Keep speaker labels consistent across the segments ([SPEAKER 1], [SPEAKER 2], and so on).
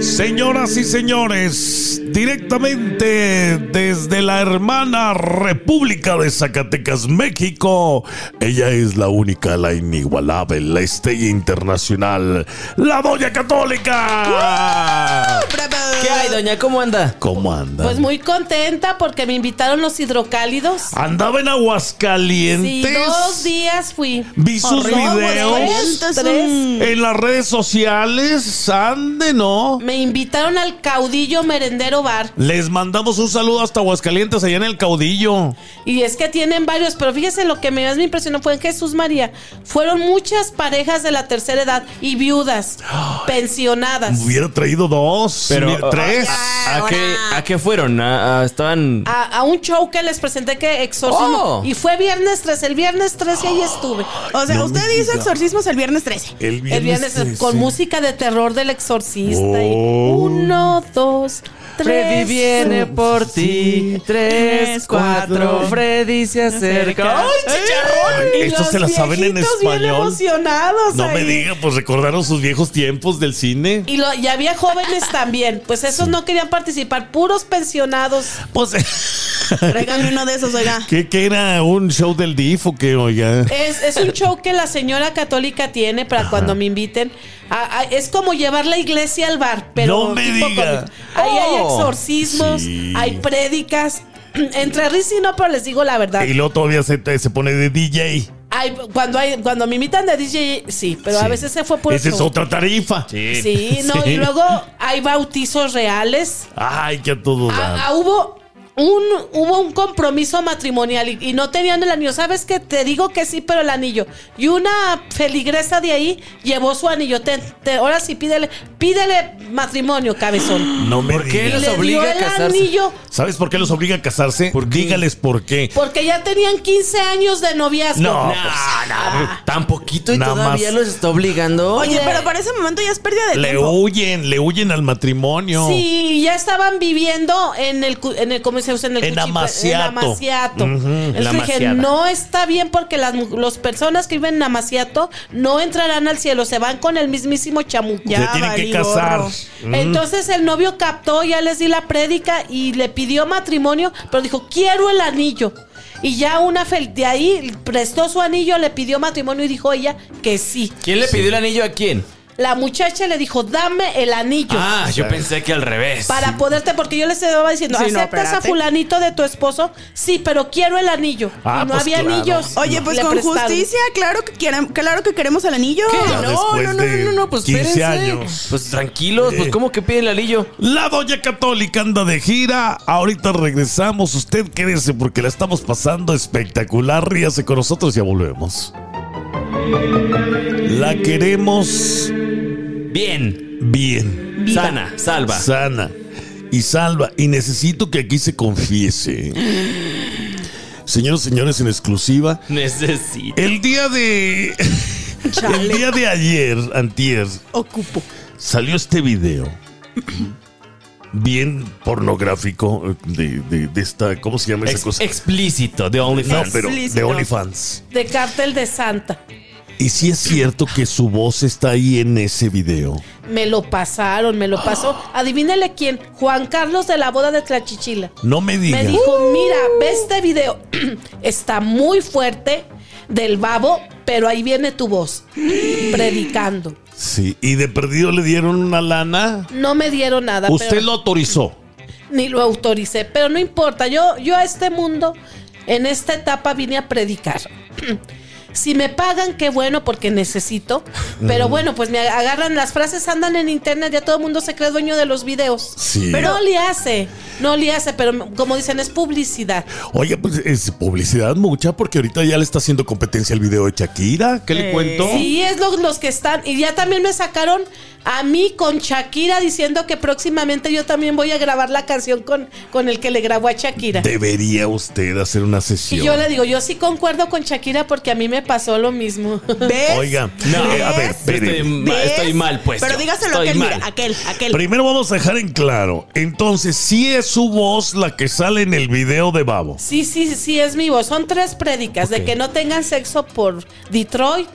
[SPEAKER 1] Señoras y señores, directamente desde la hermana República de Zacatecas, México, ella es la única, la inigualable, la estrella internacional, la doña católica.
[SPEAKER 2] ¿Qué hay, doña? ¿Cómo anda?
[SPEAKER 1] ¿Cómo anda?
[SPEAKER 3] Pues muy contenta porque me invitaron los hidrocálidos.
[SPEAKER 1] Andaba en
[SPEAKER 3] Sí,
[SPEAKER 1] Aguascalientes.
[SPEAKER 3] dos días fui.
[SPEAKER 1] Vi sus
[SPEAKER 3] Horrible.
[SPEAKER 1] videos
[SPEAKER 3] Tres, tres.
[SPEAKER 1] en las redes sociales. Ande, ¿no?
[SPEAKER 3] Me invitaron al caudillo merendero bar.
[SPEAKER 1] Les mandamos un saludo hasta Aguascalientes, allá en el caudillo.
[SPEAKER 3] Y es que tienen varios, pero fíjese lo que más me impresionó fue en Jesús María. Fueron muchas parejas de la tercera edad y viudas, pensionadas.
[SPEAKER 1] Pues Hubiera traído dos,
[SPEAKER 2] Pero,
[SPEAKER 1] mira, tres.
[SPEAKER 2] ¿A, a qué, a qué fueron? ¿A- a- estaban.
[SPEAKER 3] A, a un show que les presenté que exorcismo.
[SPEAKER 2] Oh.
[SPEAKER 3] Y fue viernes 13, el viernes 13 ahí estuve.
[SPEAKER 4] O sea,
[SPEAKER 1] No me
[SPEAKER 4] usted hizo
[SPEAKER 1] diga.
[SPEAKER 4] exorcismos el viernes 13.
[SPEAKER 1] El viernes,
[SPEAKER 3] El viernes
[SPEAKER 1] trece.
[SPEAKER 3] con música de terror del exorcista. y
[SPEAKER 1] Oh.
[SPEAKER 3] uno, dos, tres.
[SPEAKER 2] Freddy viene por ti. Tres, cuatro. Freddy se acerca. ¡Ay,
[SPEAKER 1] Ay,
[SPEAKER 3] Y
[SPEAKER 1] Estos
[SPEAKER 3] los
[SPEAKER 1] se la saben en
[SPEAKER 3] viejitos bien
[SPEAKER 1] español.
[SPEAKER 3] emocionados
[SPEAKER 1] No me
[SPEAKER 3] ahí.
[SPEAKER 1] digan, pues recordaron sus viejos tiempos del cine.
[SPEAKER 3] Y, lo- y había jóvenes también, pues esos no querían participar, puros pensionados.
[SPEAKER 1] Pues,
[SPEAKER 4] Tráigame uno de esos, oiga.
[SPEAKER 1] ¿qué, qué era? ¿Un show del DIF o qué, oiga?
[SPEAKER 3] Es, es un show que la señora católica tiene para cuando me inviten. A- a- es como llevar la iglesia al bar, pero
[SPEAKER 1] No me diga.
[SPEAKER 3] ahí hay
[SPEAKER 2] Oh.
[SPEAKER 3] exorcismos,
[SPEAKER 1] Sí.
[SPEAKER 3] hay prédicas. Entre risa y no, pero les digo la verdad.
[SPEAKER 1] Y luego todavía se, se pone de DJ.
[SPEAKER 3] Hay- cuando hay, cuando me invitan de DJ, sí, pero a
[SPEAKER 1] Sí.
[SPEAKER 3] veces se fue por
[SPEAKER 1] Esa es otra tarifa.
[SPEAKER 3] Sí, no,
[SPEAKER 1] Sí.
[SPEAKER 3] y luego hay bautizos reales.
[SPEAKER 1] Ay, que a todo
[SPEAKER 3] Ah,
[SPEAKER 1] dar.
[SPEAKER 3] ah, hubo un hubo un compromiso matrimonial y, y no tenían el anillo. ¿Sabes qué? Te digo que sí, pero el anillo. Y una feligresa de ahí llevó su anillo. Te- te- ahora sí pídele, pídele matrimonio, cabezón.
[SPEAKER 1] No me
[SPEAKER 2] ¿Por qué
[SPEAKER 1] digas.
[SPEAKER 2] los
[SPEAKER 3] Le dio
[SPEAKER 2] obliga a
[SPEAKER 3] el
[SPEAKER 2] casarse?
[SPEAKER 3] anillo
[SPEAKER 1] ¿Sabes por qué los obliga a casarse? Dígales por qué.
[SPEAKER 3] porque ya tenían 15 años de noviazgo.
[SPEAKER 1] No,
[SPEAKER 2] No,
[SPEAKER 1] pues,
[SPEAKER 2] no, tan poquito y
[SPEAKER 1] Nada
[SPEAKER 2] todavía
[SPEAKER 1] más.
[SPEAKER 2] los está obligando.
[SPEAKER 4] Oye, pero para ese momento ya es pérdida de
[SPEAKER 1] Le
[SPEAKER 4] tiempo.
[SPEAKER 1] huyen, le huyen al matrimonio.
[SPEAKER 3] Sí, ya estaban viviendo en el, cu- en el ¿cómo se usa? En el
[SPEAKER 1] En
[SPEAKER 3] cuchipa-
[SPEAKER 1] Amaciato.
[SPEAKER 3] En Amaciato.
[SPEAKER 1] Ujú,
[SPEAKER 3] Entonces
[SPEAKER 2] la
[SPEAKER 3] dije,
[SPEAKER 2] Amaciada.
[SPEAKER 3] no está bien porque las mu- los personas que viven en Amaciato no entrarán al cielo, se van con el mismísimo chamuco.
[SPEAKER 1] se tienen
[SPEAKER 4] valí
[SPEAKER 1] que casar.
[SPEAKER 4] gorro.
[SPEAKER 3] Entonces el novio captó, ya les di la prédica y le pidió matrimonio, pero dijo, quiero el anillo. Y ya una fel de ahí prestó su anillo, le pidió matrimonio y dijo ella que sí.
[SPEAKER 2] ¿Quién le pidió el anillo a quién?
[SPEAKER 3] La muchacha le dijo, dame el anillo.
[SPEAKER 2] Ah, yo pensé que al revés.
[SPEAKER 3] Para poderte, porque yo les estaba diciendo,
[SPEAKER 4] Sí, no,
[SPEAKER 3] ¿aceptas a
[SPEAKER 4] espérate.
[SPEAKER 3] fulanito de tu esposo? Sí, pero quiero el anillo.
[SPEAKER 1] Ah,
[SPEAKER 3] y no
[SPEAKER 1] pues
[SPEAKER 3] había
[SPEAKER 1] claro.
[SPEAKER 3] anillos.
[SPEAKER 4] Oye, pues
[SPEAKER 3] Le
[SPEAKER 4] con
[SPEAKER 3] prestaron.
[SPEAKER 4] justicia, claro que, queremos, claro que queremos el anillo.
[SPEAKER 2] ¿Qué?
[SPEAKER 1] Ya
[SPEAKER 2] Ah, No,
[SPEAKER 1] después
[SPEAKER 2] no, no,
[SPEAKER 1] de
[SPEAKER 2] no, no, no, pues
[SPEAKER 1] 15
[SPEAKER 2] espérense.
[SPEAKER 1] años.
[SPEAKER 2] Pues tranquilos, pues ¿cómo que piden el anillo?
[SPEAKER 1] La doña católica anda de gira. Ahorita regresamos. Usted quédese porque la estamos pasando espectacular. Ríase con nosotros, ya volvemos. La queremos
[SPEAKER 2] Bien,
[SPEAKER 1] bien,
[SPEAKER 2] sana, salva.
[SPEAKER 1] sana y salva. Y necesito que aquí se confiese. Señoras y señores, en exclusiva,
[SPEAKER 2] Necesito.
[SPEAKER 1] el día de. El
[SPEAKER 4] Chale,
[SPEAKER 1] día de ayer, Antier,
[SPEAKER 4] ocupo.
[SPEAKER 1] salió este video bien pornográfico de, de- de esta, ¿cómo se llama esa
[SPEAKER 2] Ex-
[SPEAKER 1] cosa?
[SPEAKER 2] explícito de
[SPEAKER 1] Pues, no,
[SPEAKER 2] OnlyFans.
[SPEAKER 1] pero de
[SPEAKER 4] explícito.
[SPEAKER 1] OnlyFans.
[SPEAKER 3] De cártel de Santa.
[SPEAKER 1] Y sí es cierto que su voz está ahí en ese video.
[SPEAKER 3] Me lo pasaron, me lo pasó. Adivínele quién. Juan Carlos de la boda de Tlachichila.
[SPEAKER 1] No me diga.
[SPEAKER 3] Me dijo, mira, ve este video. Está muy fuerte del babo, pero ahí viene tu voz. predicando.
[SPEAKER 1] Sí, y de perdido le dieron una lana.
[SPEAKER 3] No me dieron nada.
[SPEAKER 1] Usted
[SPEAKER 3] pero-
[SPEAKER 1] lo autorizó.
[SPEAKER 3] ni lo autoricé, pero no importa, yo, yo a este mundo, en esta etapa vine a predicar. Si me pagan, qué bueno, porque necesito. Pero bueno, pues me agarran las frases, andan en internet, ya todo el mundo se cree dueño de los videos.
[SPEAKER 1] Sí.
[SPEAKER 3] Pero no le hace, no le hace, pero como dicen, es publicidad.
[SPEAKER 1] Oye, pues es publicidad mucha porque ahorita ya le está haciendo competencia el video de Shakira. ¿Qué le
[SPEAKER 4] Eh.
[SPEAKER 1] cuento?
[SPEAKER 3] Sí, es lo- los que están. Y ya también me sacaron a mí con Shakira diciendo que próximamente yo también voy a grabar la canción con, con el que le grabó a Shakira.
[SPEAKER 1] Debería usted hacer una
[SPEAKER 3] Este. Y
[SPEAKER 1] sesión.
[SPEAKER 3] yo le digo, yo sí concuerdo con Shakira porque a mí me me pasó lo mismo.
[SPEAKER 4] ¿Ves?
[SPEAKER 1] Oiga,
[SPEAKER 4] ¿Ves?
[SPEAKER 1] eh, a ver,
[SPEAKER 2] Estoy,
[SPEAKER 1] espere.
[SPEAKER 4] ¿Ves?
[SPEAKER 2] ma- estoy mal, pues.
[SPEAKER 4] Pero
[SPEAKER 2] yo.
[SPEAKER 4] dígaselo a
[SPEAKER 2] Estoy
[SPEAKER 4] aquel,
[SPEAKER 2] mal.
[SPEAKER 4] mira, aquel, aquel.
[SPEAKER 1] Primero vamos a dejar en claro. Entonces, sí es su voz la que sale en el video de Babo.
[SPEAKER 3] Sí, sí, sí, es mi voz. Son tres prédicas
[SPEAKER 2] Ok.
[SPEAKER 3] de que no tengan sexo por Detroit.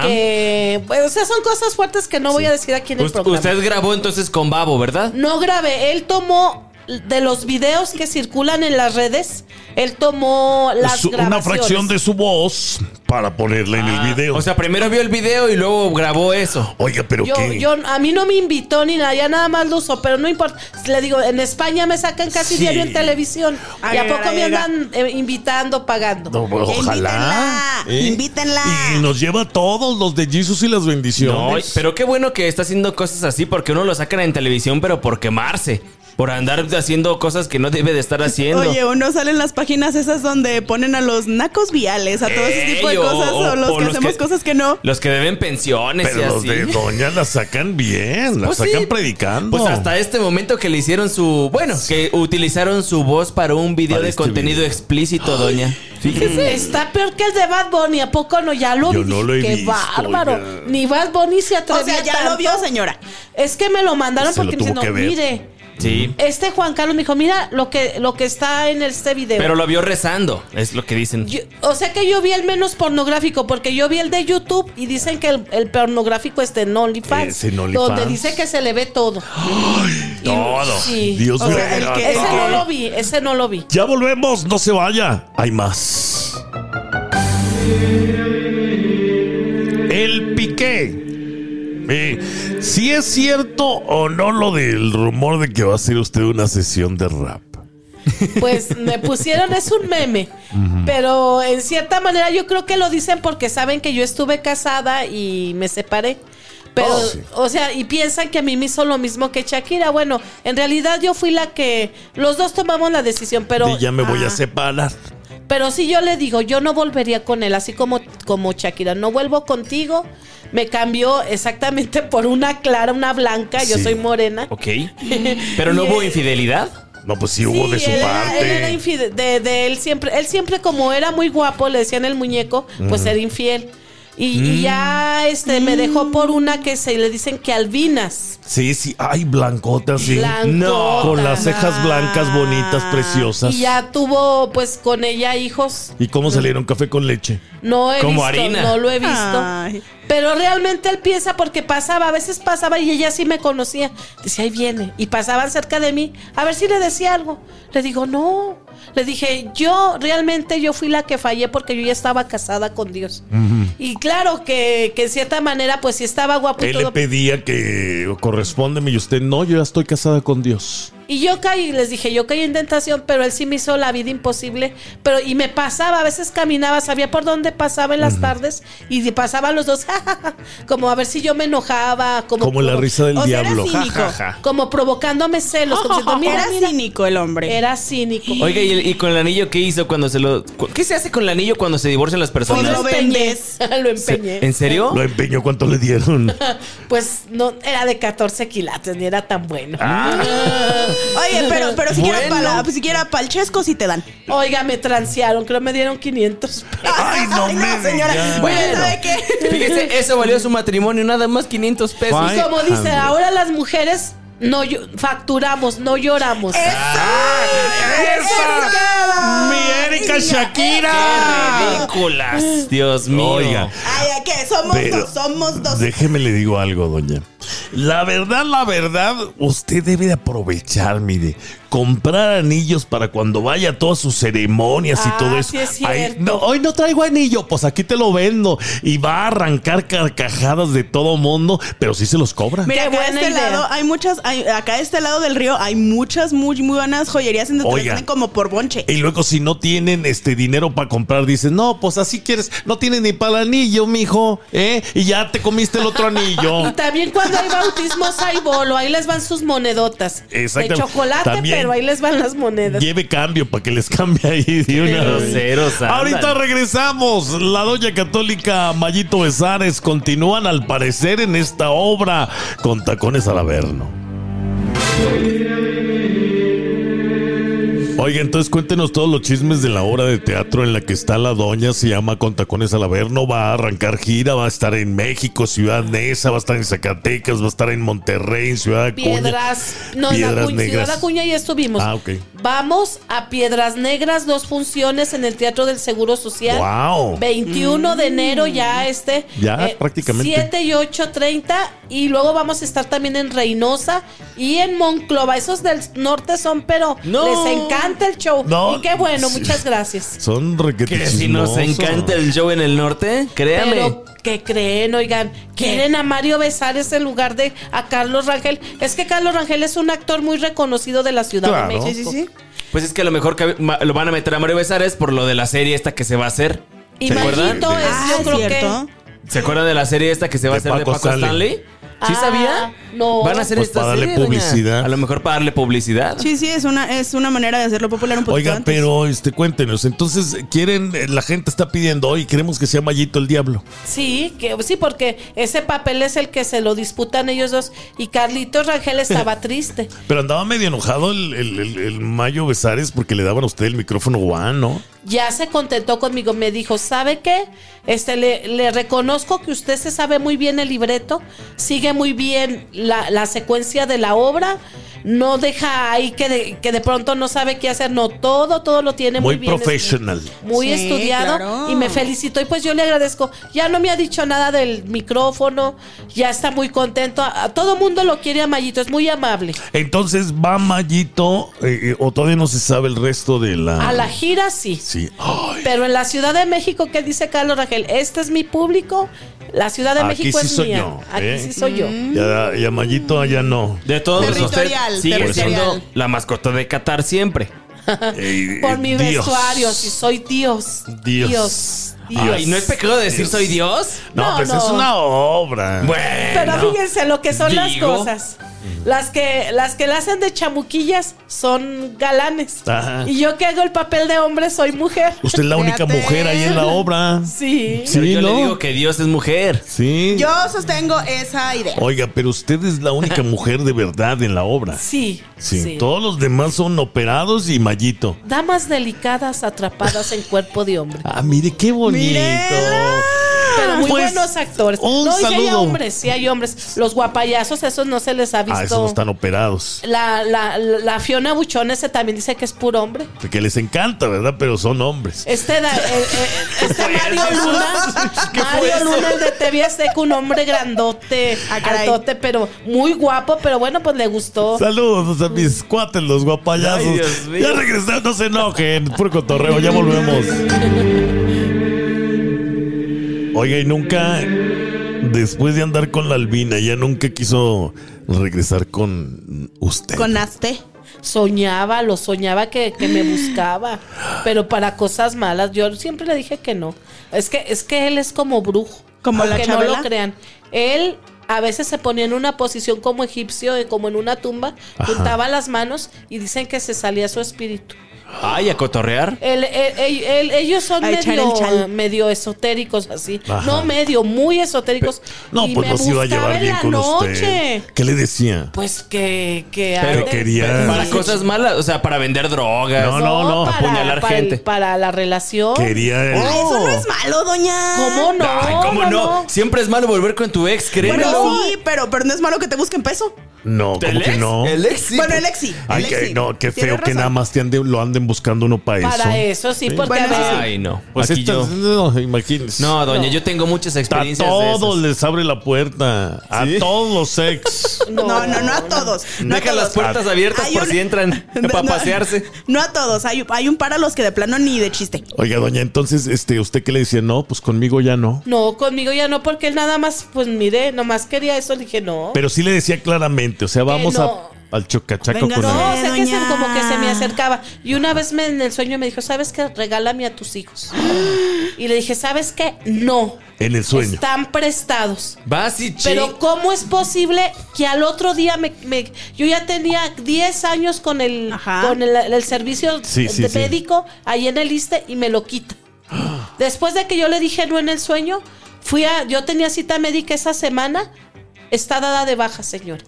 [SPEAKER 3] Ah,
[SPEAKER 1] Ah.
[SPEAKER 3] Que, pues, o sea, son cosas fuertes que no voy a decir aquí en el
[SPEAKER 2] Us-
[SPEAKER 3] programa.
[SPEAKER 2] usted grabó entonces con Babo, ¿verdad?
[SPEAKER 3] No grabé, él tomó de los videos que circulan en las redes, él tomó las
[SPEAKER 1] Su-
[SPEAKER 3] grabaciones.
[SPEAKER 1] una fracción de su voz para ponerla en
[SPEAKER 2] Ah,
[SPEAKER 1] el video.
[SPEAKER 2] O sea, primero vio el video y luego grabó eso.
[SPEAKER 1] Oiga, pero
[SPEAKER 3] Yo,
[SPEAKER 1] qué.
[SPEAKER 3] yo- a mí no me invitó ni nada, ya nada más lo uso, pero no importa. Le digo, en España me sacan casi
[SPEAKER 1] Sí.
[SPEAKER 3] diario en televisión.
[SPEAKER 4] A
[SPEAKER 3] ¿Y a
[SPEAKER 4] ver,
[SPEAKER 3] poco
[SPEAKER 4] a
[SPEAKER 3] me
[SPEAKER 4] ver,
[SPEAKER 3] andan eh, invitando, pagando?
[SPEAKER 1] No, bueno, ojalá. Eh,
[SPEAKER 4] Invítenla, invítenla.
[SPEAKER 1] Y nos lleva a todos los de Jesus y las
[SPEAKER 2] No,
[SPEAKER 1] bendiciones.
[SPEAKER 2] pero qué bueno que está haciendo cosas así porque uno lo sacan en televisión, pero por quemarse. Por andar haciendo cosas que no debe de estar haciendo.
[SPEAKER 4] Oye, uno sale en las páginas esas donde ponen a los nacos viales, a todo ese
[SPEAKER 2] Ey,
[SPEAKER 4] tipo de
[SPEAKER 2] o-
[SPEAKER 4] cosas,
[SPEAKER 2] Eh, o-
[SPEAKER 4] o, los
[SPEAKER 2] o
[SPEAKER 4] que
[SPEAKER 2] los
[SPEAKER 4] hacemos
[SPEAKER 2] que-
[SPEAKER 4] cosas que no.
[SPEAKER 2] Los que deben pensiones
[SPEAKER 1] Pero
[SPEAKER 2] y
[SPEAKER 1] los
[SPEAKER 2] así.
[SPEAKER 1] de Doña la sacan bien, la
[SPEAKER 2] Pues sí.
[SPEAKER 1] sacan predicando.
[SPEAKER 2] Pues hasta este momento que le hicieron su. Bueno, que utilizaron su voz para un video
[SPEAKER 1] Para
[SPEAKER 2] de
[SPEAKER 1] este
[SPEAKER 2] contenido
[SPEAKER 1] video.
[SPEAKER 2] explícito, doña.
[SPEAKER 4] Mm.
[SPEAKER 3] Fíjese, está peor que el de Bad Bunny, ¿a poco no? Ya lo
[SPEAKER 1] Yo
[SPEAKER 3] vi.
[SPEAKER 1] no lo he
[SPEAKER 3] Qué
[SPEAKER 1] visto,
[SPEAKER 3] bárbaro.
[SPEAKER 1] oiga.
[SPEAKER 3] Ni Bad Bunny se
[SPEAKER 4] O
[SPEAKER 3] atrevió
[SPEAKER 4] sea, ya lo
[SPEAKER 3] tanto.
[SPEAKER 4] vio, señora.
[SPEAKER 3] Es que me lo mandaron
[SPEAKER 1] Se lo
[SPEAKER 3] porque me
[SPEAKER 1] tuvo
[SPEAKER 3] dicen, no,
[SPEAKER 1] que ver".
[SPEAKER 3] mire,
[SPEAKER 2] Sí.
[SPEAKER 3] este Juan Carlos me dijo, mira lo que, lo que está en este video.
[SPEAKER 2] Pero lo vio rezando, es lo que dicen.
[SPEAKER 3] Yo- o sea que yo vi el menos pornográfico, porque yo vi el de YouTube y dicen que el, el pornográfico es de OnlyFans.
[SPEAKER 1] Es en OnlyFans.
[SPEAKER 3] donde dice que se le ve todo. Y-
[SPEAKER 1] Todo.
[SPEAKER 3] sí.
[SPEAKER 1] Dios
[SPEAKER 4] O
[SPEAKER 1] mío.
[SPEAKER 4] sea, el que-
[SPEAKER 3] Ese
[SPEAKER 4] Ok.
[SPEAKER 3] no lo vi, ese no lo vi.
[SPEAKER 1] Ya volvemos, no se vaya. Hay más. El piqué. Eh, si es cierto o no lo del rumor de que va a hacer usted una sesión de rap.
[SPEAKER 3] Pues me pusieron, es un meme. Pero en cierta manera yo creo que lo dicen porque saben que yo estuve casada y me separé. Pero,
[SPEAKER 1] Oh, sí.
[SPEAKER 3] o sea, y piensan que a mí me hizo lo mismo que Shakira. Bueno, en realidad yo fui la que. Los dos tomamos la decisión, pero.
[SPEAKER 1] y ya me voy a
[SPEAKER 3] Ah.
[SPEAKER 1] separar.
[SPEAKER 3] Pero si yo le digo, yo no volvería con él, así como, como Shakira, no vuelvo contigo, me cambió exactamente por una clara, una blanca, yo
[SPEAKER 1] Sí.
[SPEAKER 3] soy morena.
[SPEAKER 2] Ok. Pero no
[SPEAKER 3] Y
[SPEAKER 2] hubo
[SPEAKER 3] él-
[SPEAKER 2] infidelidad.
[SPEAKER 1] No, pues sí hubo
[SPEAKER 3] Sí,
[SPEAKER 1] de su
[SPEAKER 3] él era-
[SPEAKER 1] parte.
[SPEAKER 3] él era infide- de, de él siempre, él siempre como era muy guapo, le decían el muñeco, pues era infiel. Y, y
[SPEAKER 1] Mm.
[SPEAKER 3] ya este me dejó por una que se le dicen que albinas.
[SPEAKER 1] Sí, sí. Ay, blancota, sí.
[SPEAKER 3] Blancota.
[SPEAKER 1] No. Con las cejas blancas, bonitas, preciosas.
[SPEAKER 3] Y ya tuvo pues con ella hijos.
[SPEAKER 1] ¿Y cómo salieron café con leche?
[SPEAKER 3] No he
[SPEAKER 2] Como
[SPEAKER 3] visto,
[SPEAKER 2] harina.
[SPEAKER 3] no lo he visto.
[SPEAKER 4] Ay.
[SPEAKER 3] Pero realmente él piensa porque pasaba, a veces pasaba y ella sí me conocía. Dice, ahí viene. Y pasaban cerca de mí. A ver si le decía algo. Le digo, no. Le dije, yo realmente yo fui la que fallé porque yo ya estaba casada con Dios. Y claro que, que en cierta manera, pues sí estaba guapo y
[SPEAKER 1] Él le
[SPEAKER 3] todo.
[SPEAKER 1] pedía que correspóndeme y usted no, yo ya estoy casada con Dios.
[SPEAKER 3] Y yo caí, les dije, yo caí en tentación, pero él sí me hizo la vida imposible. Pero, y me pasaba, a veces caminaba, sabía por dónde pasaba en las tardes, y pasaban los dos, como a ver si yo me enojaba, como,
[SPEAKER 1] Como la
[SPEAKER 3] provo-
[SPEAKER 1] risa del
[SPEAKER 4] o sea, era
[SPEAKER 1] diablo.
[SPEAKER 4] cínico.
[SPEAKER 1] Ja, ja, ja.
[SPEAKER 3] como provocándome celos, como diciendo, mira,
[SPEAKER 4] Era
[SPEAKER 3] mira".
[SPEAKER 4] cínico el hombre.
[SPEAKER 3] Era cínico.
[SPEAKER 2] Oiga, ¿y, el- y con el anillo qué hizo cuando se lo. cu- ¿Qué se hace con el anillo cuando se divorcian las
[SPEAKER 4] Pues
[SPEAKER 2] personas?
[SPEAKER 4] lo vendes.
[SPEAKER 3] lo empeñé.
[SPEAKER 2] ¿En serio?
[SPEAKER 1] Lo empeñó cuánto le dieron.
[SPEAKER 3] Pues no, era de 14 quilates, ni era tan bueno.
[SPEAKER 2] Ah.
[SPEAKER 4] Oye, pero, pero siquiera
[SPEAKER 2] Bueno.
[SPEAKER 4] para siquiera para el chesco sí te dan.
[SPEAKER 3] Oiga, me transearon, creo me dieron 500 pesos.
[SPEAKER 1] Ay, no me digas.
[SPEAKER 4] señora. Bueno, ¿sabe qué?
[SPEAKER 2] Fíjese, eso valió su matrimonio, nada más 500 pesos.
[SPEAKER 1] Ay,
[SPEAKER 3] Y como dice,
[SPEAKER 1] Andrea.
[SPEAKER 3] ahora las mujeres no llo- facturamos, no lloramos.
[SPEAKER 2] ¡Ah,
[SPEAKER 1] ¡Esa! ¡Mi Erika
[SPEAKER 2] ¡Qué
[SPEAKER 1] Shakira!
[SPEAKER 2] ridículas! Dios mío.
[SPEAKER 1] Oiga.
[SPEAKER 4] Ay, ¿a qué? Somos
[SPEAKER 1] Pero-
[SPEAKER 4] dos, somos dos.
[SPEAKER 1] Déjeme le digo algo, doña. La verdad, la verdad, usted debe de aprovechar, mire, comprar anillos para cuando vaya a todas sus ceremonias
[SPEAKER 3] Ah,
[SPEAKER 1] y todo eso.
[SPEAKER 3] sí es
[SPEAKER 1] Ahí-
[SPEAKER 3] cierto.
[SPEAKER 1] no, hoy no traigo anillo, pues aquí te lo vendo. Y va a arrancar carcajadas de todo mundo, pero sí se los cobra.
[SPEAKER 4] Mira,
[SPEAKER 3] Qué
[SPEAKER 4] acá de
[SPEAKER 3] buena
[SPEAKER 4] este
[SPEAKER 3] idea.
[SPEAKER 4] lado hay muchas, hay- acá de este lado del río hay muchas muy, muy buenas joyerías en donde te
[SPEAKER 1] Oiga.
[SPEAKER 4] venden como por bonche.
[SPEAKER 1] Y luego si no tienen este dinero para comprar, dicen, no, pues así quieres, no tienen ni para el anillo, mijo, ¿eh? Y ya te comiste el otro
[SPEAKER 3] Y
[SPEAKER 1] anillo.
[SPEAKER 3] también cuando hay bautismos hay bolo, ahí les van sus monedotas.
[SPEAKER 1] Exactamente.
[SPEAKER 3] De chocolate,
[SPEAKER 1] También.
[SPEAKER 3] pero ahí les van las monedas.
[SPEAKER 1] Lleve cambio para que les cambie ahí de una vez.
[SPEAKER 2] Groseros, andan.
[SPEAKER 1] Ahorita regresamos. La doña católica Mayito Besares continúan al parecer en esta obra con tacones al averno. Oiga, entonces cuéntenos todos los chismes de la obra de teatro en la que está la doña, se llama Con Tacones al Averno, va a arrancar gira, va a estar en México, Ciudad Neza, va a estar en Zacatecas, va a estar en Monterrey, en Ciudad Acuña.
[SPEAKER 3] Piedras, no, en
[SPEAKER 1] Piedras
[SPEAKER 3] Acuña,
[SPEAKER 1] Negras.
[SPEAKER 3] Ciudad Acuña ya estuvimos.
[SPEAKER 1] Ah, ok.
[SPEAKER 3] Vamos a Piedras Negras, dos funciones en el Teatro del Seguro Social.
[SPEAKER 1] ¡Wow!
[SPEAKER 3] 21 de enero ya este.
[SPEAKER 1] Ya, prácticamente.
[SPEAKER 3] 7 y 8, 30. Y luego vamos a estar también en Reynosa y en Monclova. Esos del norte son, pero
[SPEAKER 2] No.
[SPEAKER 3] les encanta el show.
[SPEAKER 1] No.
[SPEAKER 3] Y qué bueno,
[SPEAKER 1] Sí.
[SPEAKER 3] muchas gracias.
[SPEAKER 1] Son requete
[SPEAKER 2] Que si nos
[SPEAKER 1] chismosos.
[SPEAKER 2] encanta el show en el norte, créame.
[SPEAKER 3] Pero que creen, oigan, quieren a Mario Besares en lugar de a Carlos Rangel. Es que Carlos Rangel es un actor muy reconocido de la Ciudad
[SPEAKER 1] Claro.
[SPEAKER 3] de México.
[SPEAKER 4] Sí, sí, sí.
[SPEAKER 2] Pues es que a lo mejor cabe- ma- lo van a meter a Mario Besares por lo de la serie esta que se va a hacer.
[SPEAKER 3] Y
[SPEAKER 2] ¿Se acuerdan?
[SPEAKER 3] Mayito es,
[SPEAKER 4] Ah,
[SPEAKER 3] yo creo
[SPEAKER 4] cierto.
[SPEAKER 3] que.
[SPEAKER 2] ¿Se acuerdan de la serie esta que se va a
[SPEAKER 1] De
[SPEAKER 2] hacer de
[SPEAKER 1] Paco
[SPEAKER 2] Paco
[SPEAKER 1] Stanley.
[SPEAKER 2] Stanley? ¿Sí
[SPEAKER 3] Ah,
[SPEAKER 2] sabía?
[SPEAKER 3] no.
[SPEAKER 2] Van a hacer
[SPEAKER 1] Pues
[SPEAKER 2] esta
[SPEAKER 1] para darle
[SPEAKER 2] serie, doña.
[SPEAKER 1] publicidad.
[SPEAKER 2] A lo mejor para darle publicidad.
[SPEAKER 4] Sí, sí, es una, es una manera de hacerlo popular un poquito
[SPEAKER 1] Oiga,
[SPEAKER 4] antes.
[SPEAKER 1] pero este, cuéntenos, entonces quieren, eh, la gente está pidiendo hoy, queremos que sea Mayito el Diablo.
[SPEAKER 3] Sí, que, sí, porque ese papel es el que se lo disputan ellos dos. Y Carlitos Rangel estaba triste.
[SPEAKER 1] Pero andaba medio enojado el, el- el- el Mayo Besares porque le daban a usted el micrófono guano.
[SPEAKER 3] Ya se contentó conmigo. Me dijo, ¿sabe qué? Este, le, le reconozco que usted se sabe muy bien el libreto, sigue muy bien la, la secuencia de la obra, no deja ahí que de, que de pronto no sabe qué hacer. No, todo, todo lo tiene muy,
[SPEAKER 1] Muy,
[SPEAKER 3] bien.
[SPEAKER 1] professional.
[SPEAKER 3] muy
[SPEAKER 4] Sí,
[SPEAKER 3] estudiado
[SPEAKER 4] claro.
[SPEAKER 3] y me felicitó y pues yo le agradezco. Ya no me ha dicho nada del micrófono, ya está muy contento. A, a todo mundo lo quiere a Mayito, es muy amable.
[SPEAKER 1] Entonces va Mayito, eh, eh, o todavía no se sabe el resto de la...
[SPEAKER 3] A la gira sí.
[SPEAKER 1] Sí. Ay,
[SPEAKER 3] Pero en la Ciudad de México, ¿qué dice Carlos Rangel? Este es mi público, la Ciudad de
[SPEAKER 1] Aquí
[SPEAKER 3] México
[SPEAKER 1] sí
[SPEAKER 3] es
[SPEAKER 1] soy
[SPEAKER 3] mía.
[SPEAKER 1] yo,
[SPEAKER 3] Aquí
[SPEAKER 1] ¿eh?
[SPEAKER 3] sí soy yo.
[SPEAKER 1] ya, ya Mayito allá no.
[SPEAKER 2] De todos modos, usted
[SPEAKER 4] Territorial,
[SPEAKER 2] sigue
[SPEAKER 4] territorial.
[SPEAKER 2] siendo la mascota de Qatar siempre.
[SPEAKER 1] Eh,
[SPEAKER 3] Por
[SPEAKER 1] eh,
[SPEAKER 3] mi
[SPEAKER 1] Dios.
[SPEAKER 3] vestuario, si soy Dios.
[SPEAKER 1] Dios.
[SPEAKER 3] Dios.
[SPEAKER 1] Dios.
[SPEAKER 2] Ay, ¿no es pecado decir
[SPEAKER 1] Dios.
[SPEAKER 2] soy Dios?
[SPEAKER 1] No,
[SPEAKER 3] No,
[SPEAKER 1] pues
[SPEAKER 3] no.
[SPEAKER 1] es una obra.
[SPEAKER 2] Bueno.
[SPEAKER 3] Pero fíjense lo que son las
[SPEAKER 2] Digo.
[SPEAKER 3] cosas. Las que las que la hacen de chamuquillas son galanes.
[SPEAKER 1] Ajá.
[SPEAKER 3] Y yo que hago el papel de hombre soy mujer.
[SPEAKER 1] Usted es la única
[SPEAKER 4] Fíjate.
[SPEAKER 1] mujer ahí en la obra.
[SPEAKER 3] Sí.
[SPEAKER 1] Sí,
[SPEAKER 2] Pero yo
[SPEAKER 1] ¿no?
[SPEAKER 2] le digo que Dios es mujer.
[SPEAKER 1] Sí.
[SPEAKER 4] Yo sostengo esa idea.
[SPEAKER 1] Oiga, pero usted es la única mujer de verdad en la obra.
[SPEAKER 3] Sí.
[SPEAKER 1] Sí.
[SPEAKER 3] sí.
[SPEAKER 1] Todos los demás son operados y Mayito.
[SPEAKER 3] Damas delicadas atrapadas en cuerpo de hombre.
[SPEAKER 1] Ah, mire, qué bonito.
[SPEAKER 4] Mírela.
[SPEAKER 3] Pero muy
[SPEAKER 1] Pues,
[SPEAKER 3] buenos actores.
[SPEAKER 1] un
[SPEAKER 3] no, y sí hay
[SPEAKER 1] saludo.
[SPEAKER 3] hombres, sí hay hombres. Los guapayazos, esos no se les ha visto.
[SPEAKER 1] Ah, esos no están operados.
[SPEAKER 3] la, la, la Fiona Buchón, ese también dice que es puro hombre.
[SPEAKER 1] Porque les encanta, ¿verdad? Pero son hombres.
[SPEAKER 3] Este, da- eh, eh, este Mario Luna, Mario Luna, el de TV Azteca, un hombre grandote,
[SPEAKER 4] Ah, caray.
[SPEAKER 3] altote, pero muy guapo, pero bueno, pues le gustó.
[SPEAKER 1] Saludos a mis cuates, los guapayazos.
[SPEAKER 2] Oh. Ay, Dios mío.
[SPEAKER 1] ya regresamos, no se enojen. Puro cotorreo, ya volvemos. Oiga, y nunca, después de andar con la albina, ya nunca quiso regresar con usted.
[SPEAKER 4] Con Aste.
[SPEAKER 3] Soñaba, lo soñaba que, que me buscaba, pero para cosas malas. Yo siempre le dije que no. Es que, es que él es como brujo.
[SPEAKER 4] Como la
[SPEAKER 3] aunque no
[SPEAKER 4] Chabela.
[SPEAKER 3] lo crean. Él a veces se ponía en una posición como egipcio, eh, como en una tumba,
[SPEAKER 1] Ajá.
[SPEAKER 3] juntaba las manos y dicen que se salía su espíritu.
[SPEAKER 2] Ay, a cotorrear.
[SPEAKER 3] El- el- el- el- ellos son
[SPEAKER 4] A echar
[SPEAKER 3] medio,
[SPEAKER 4] el chal.
[SPEAKER 3] medio esotéricos así.
[SPEAKER 1] Ajá.
[SPEAKER 3] No medio, muy esotéricos.
[SPEAKER 1] no,
[SPEAKER 3] Y
[SPEAKER 1] pues
[SPEAKER 3] me
[SPEAKER 1] no se iba a
[SPEAKER 3] buscaba
[SPEAKER 1] llevar
[SPEAKER 3] en
[SPEAKER 1] bien
[SPEAKER 3] la
[SPEAKER 1] con
[SPEAKER 3] noche.
[SPEAKER 1] usted. ¿Qué le decía?
[SPEAKER 3] Pues que, que
[SPEAKER 2] Pero
[SPEAKER 3] ande-
[SPEAKER 1] quería-
[SPEAKER 2] Pero Para
[SPEAKER 1] Sí.
[SPEAKER 2] cosas malas, o sea, para vender drogas.
[SPEAKER 1] No, no, no.
[SPEAKER 3] Para,
[SPEAKER 2] Apuñalar
[SPEAKER 3] para el-
[SPEAKER 2] gente.
[SPEAKER 3] para la relación.
[SPEAKER 1] Quería el-
[SPEAKER 4] Ay,
[SPEAKER 3] Oh.
[SPEAKER 4] eso no es malo, doña.
[SPEAKER 3] ¿Cómo no?
[SPEAKER 2] Ay, ¿cómo no? Siempre es malo volver con tu ex, créeme.
[SPEAKER 4] Bueno,
[SPEAKER 3] Pero-
[SPEAKER 4] sí, pero, pero no es malo que te busquen peso.
[SPEAKER 1] No, como que no.
[SPEAKER 2] El ex sí.
[SPEAKER 4] bueno, el ex sí.
[SPEAKER 1] Ay,
[SPEAKER 4] el ex
[SPEAKER 1] que,
[SPEAKER 4] sí.
[SPEAKER 1] no, qué
[SPEAKER 4] Tienes
[SPEAKER 1] feo que
[SPEAKER 4] razón.
[SPEAKER 1] nada más te anden- lo anden buscando uno para eso.
[SPEAKER 3] Para eso, sí, porque
[SPEAKER 4] Bueno,
[SPEAKER 3] a veces-
[SPEAKER 4] sí.
[SPEAKER 2] Ay, no.
[SPEAKER 1] Pues
[SPEAKER 2] Aquí
[SPEAKER 1] estas-
[SPEAKER 2] yo.
[SPEAKER 1] no, imagínense.
[SPEAKER 2] No, doña, yo tengo muchas
[SPEAKER 1] A
[SPEAKER 2] experiencias. de
[SPEAKER 1] todos
[SPEAKER 2] esas.
[SPEAKER 1] les abre la puerta. A
[SPEAKER 2] ¿Sí?
[SPEAKER 1] todos los ex.
[SPEAKER 4] No, no, no a todos. No
[SPEAKER 2] Deja
[SPEAKER 4] a
[SPEAKER 2] las
[SPEAKER 4] todos.
[SPEAKER 2] puertas abiertas
[SPEAKER 4] Hay
[SPEAKER 2] por
[SPEAKER 4] un-
[SPEAKER 2] si entran
[SPEAKER 4] No,
[SPEAKER 2] para
[SPEAKER 4] no.
[SPEAKER 2] pasearse.
[SPEAKER 4] No a todos. Hay, hay un par a los que de plano ni de chiste.
[SPEAKER 1] Oiga, doña, entonces, este, ¿usted qué le decía? No, pues conmigo ya no.
[SPEAKER 3] No, conmigo ya no, porque él nada más, pues mire, nomás quería eso, le dije no.
[SPEAKER 1] Pero sí le decía claramente, o sea, vamos a-
[SPEAKER 3] no.
[SPEAKER 1] al chocachaco
[SPEAKER 4] Venga,
[SPEAKER 1] con
[SPEAKER 3] no,
[SPEAKER 1] él.
[SPEAKER 3] o sea que se-
[SPEAKER 4] Doña.
[SPEAKER 3] como que se me acercaba. Y una vez me, en el sueño me dijo, ¿sabes qué? Regálame a tus hijos. Y le dije, ¿sabes qué? No.
[SPEAKER 1] En el sueño.
[SPEAKER 3] Están prestados.
[SPEAKER 2] Vas y chi-
[SPEAKER 3] Pero ¿cómo es posible que al otro día me, me- yo ya tenía 10 años con el
[SPEAKER 4] Ajá.
[SPEAKER 3] con el, el servicio
[SPEAKER 1] Sí, sí,
[SPEAKER 3] de
[SPEAKER 1] sí.
[SPEAKER 3] médico ahí en el ISTE y me lo quita? Después de que yo le dije no en el sueño, fui a yo tenía cita médica esa semana, está dada de baja, señor.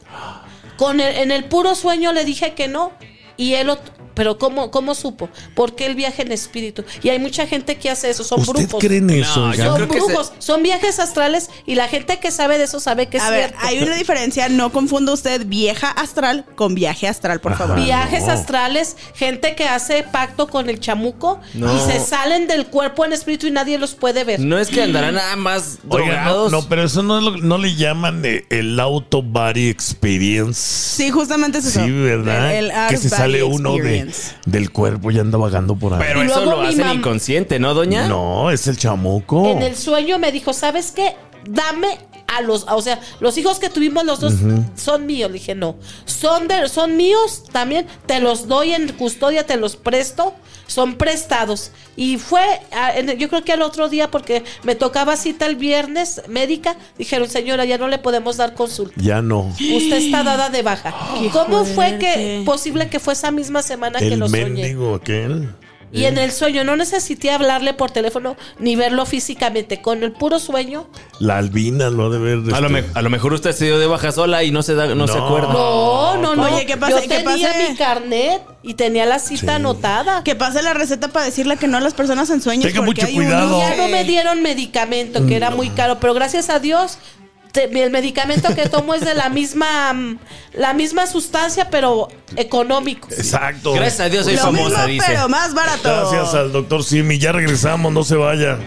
[SPEAKER 3] Con el- en el puro sueño le dije que no y él ot- Pero ¿cómo, cómo supo? ¿Por qué el viaje en espíritu? Y hay mucha gente que hace eso, son
[SPEAKER 1] ¿Usted
[SPEAKER 3] brujos.
[SPEAKER 1] cree en eso?
[SPEAKER 2] No, yo
[SPEAKER 1] oiga?
[SPEAKER 3] son
[SPEAKER 2] creo que se-
[SPEAKER 3] brujos, son viajes astrales y la gente que sabe de eso sabe que es
[SPEAKER 4] A ver,
[SPEAKER 3] cierto.
[SPEAKER 4] hay una diferencia, no confunda usted vieja astral con viaje astral, por
[SPEAKER 2] Ah,
[SPEAKER 4] favor.
[SPEAKER 1] Ajá.
[SPEAKER 3] Viajes
[SPEAKER 1] no.
[SPEAKER 3] astrales, gente que hace pacto con el chamuco
[SPEAKER 2] No.
[SPEAKER 3] y se salen del cuerpo en espíritu y nadie los puede ver.
[SPEAKER 2] No es que andarán nada más
[SPEAKER 1] Oiga, no,
[SPEAKER 2] drogados.
[SPEAKER 1] no, pero eso no, es lo- no le llaman eh, el auto body experience.
[SPEAKER 4] Sí, justamente es eso.
[SPEAKER 1] Sí, ¿verdad?
[SPEAKER 4] El- el
[SPEAKER 1] que se
[SPEAKER 4] out-of-body
[SPEAKER 1] sale uno de,
[SPEAKER 4] experience.
[SPEAKER 1] del cuerpo y anda vagando por ahí.
[SPEAKER 2] Pero
[SPEAKER 3] Y
[SPEAKER 2] eso
[SPEAKER 3] luego
[SPEAKER 2] lo
[SPEAKER 3] mi
[SPEAKER 2] hacen
[SPEAKER 3] mam-
[SPEAKER 2] inconsciente, ¿no, doña?
[SPEAKER 1] no, es el chamuco.
[SPEAKER 3] En el sueño me dijo, ¿sabes qué? Dame a los, o sea, los hijos que tuvimos los dos son míos. Le dije, no, son, de, son míos también, te los doy en custodia, te los presto, son prestados. Y fue, a- en- yo creo que al otro día, porque me tocaba cita el viernes médica, dijeron, señora, ya no le podemos dar consulta.
[SPEAKER 1] Ya no.
[SPEAKER 3] Usted está dada de baja. ¿Cómo fue que
[SPEAKER 4] fuerte.
[SPEAKER 3] posible que fue esa misma semana que
[SPEAKER 1] El
[SPEAKER 3] lo soñé?
[SPEAKER 1] mendigo aquel.
[SPEAKER 3] Y en el sueño no necesité hablarle por teléfono ni verlo físicamente. Con el puro sueño
[SPEAKER 1] La albina lo ha de este- ver.
[SPEAKER 2] A lo, me- a lo mejor usted se dio de baja sola y no se da, no, se
[SPEAKER 1] No.
[SPEAKER 2] acuerda.
[SPEAKER 3] No, no, no.
[SPEAKER 4] Oye, ¿qué pasa?
[SPEAKER 3] Yo
[SPEAKER 4] ¿Qué
[SPEAKER 3] tenía
[SPEAKER 4] pasa?
[SPEAKER 3] mi carnet y tenía la cita
[SPEAKER 1] Sí.
[SPEAKER 3] anotada.
[SPEAKER 4] Que pase la receta para decirle que no a las personas en sueños.
[SPEAKER 1] Tenga
[SPEAKER 4] porque
[SPEAKER 1] mucho
[SPEAKER 4] hay unos
[SPEAKER 1] cuidado.
[SPEAKER 3] Ya no
[SPEAKER 4] que-
[SPEAKER 3] me dieron medicamento, que era muy caro, pero gracias a Dios te- el medicamento que tomo es de la misma mm, la misma sustancia, pero económico.
[SPEAKER 1] Exacto.
[SPEAKER 2] Gracias a Dios soy
[SPEAKER 4] Lo
[SPEAKER 2] famosa,
[SPEAKER 4] mismo,
[SPEAKER 2] dice.
[SPEAKER 4] pero más barato.
[SPEAKER 1] Gracias al doctor Simi. Ya regresamos, no se vaya.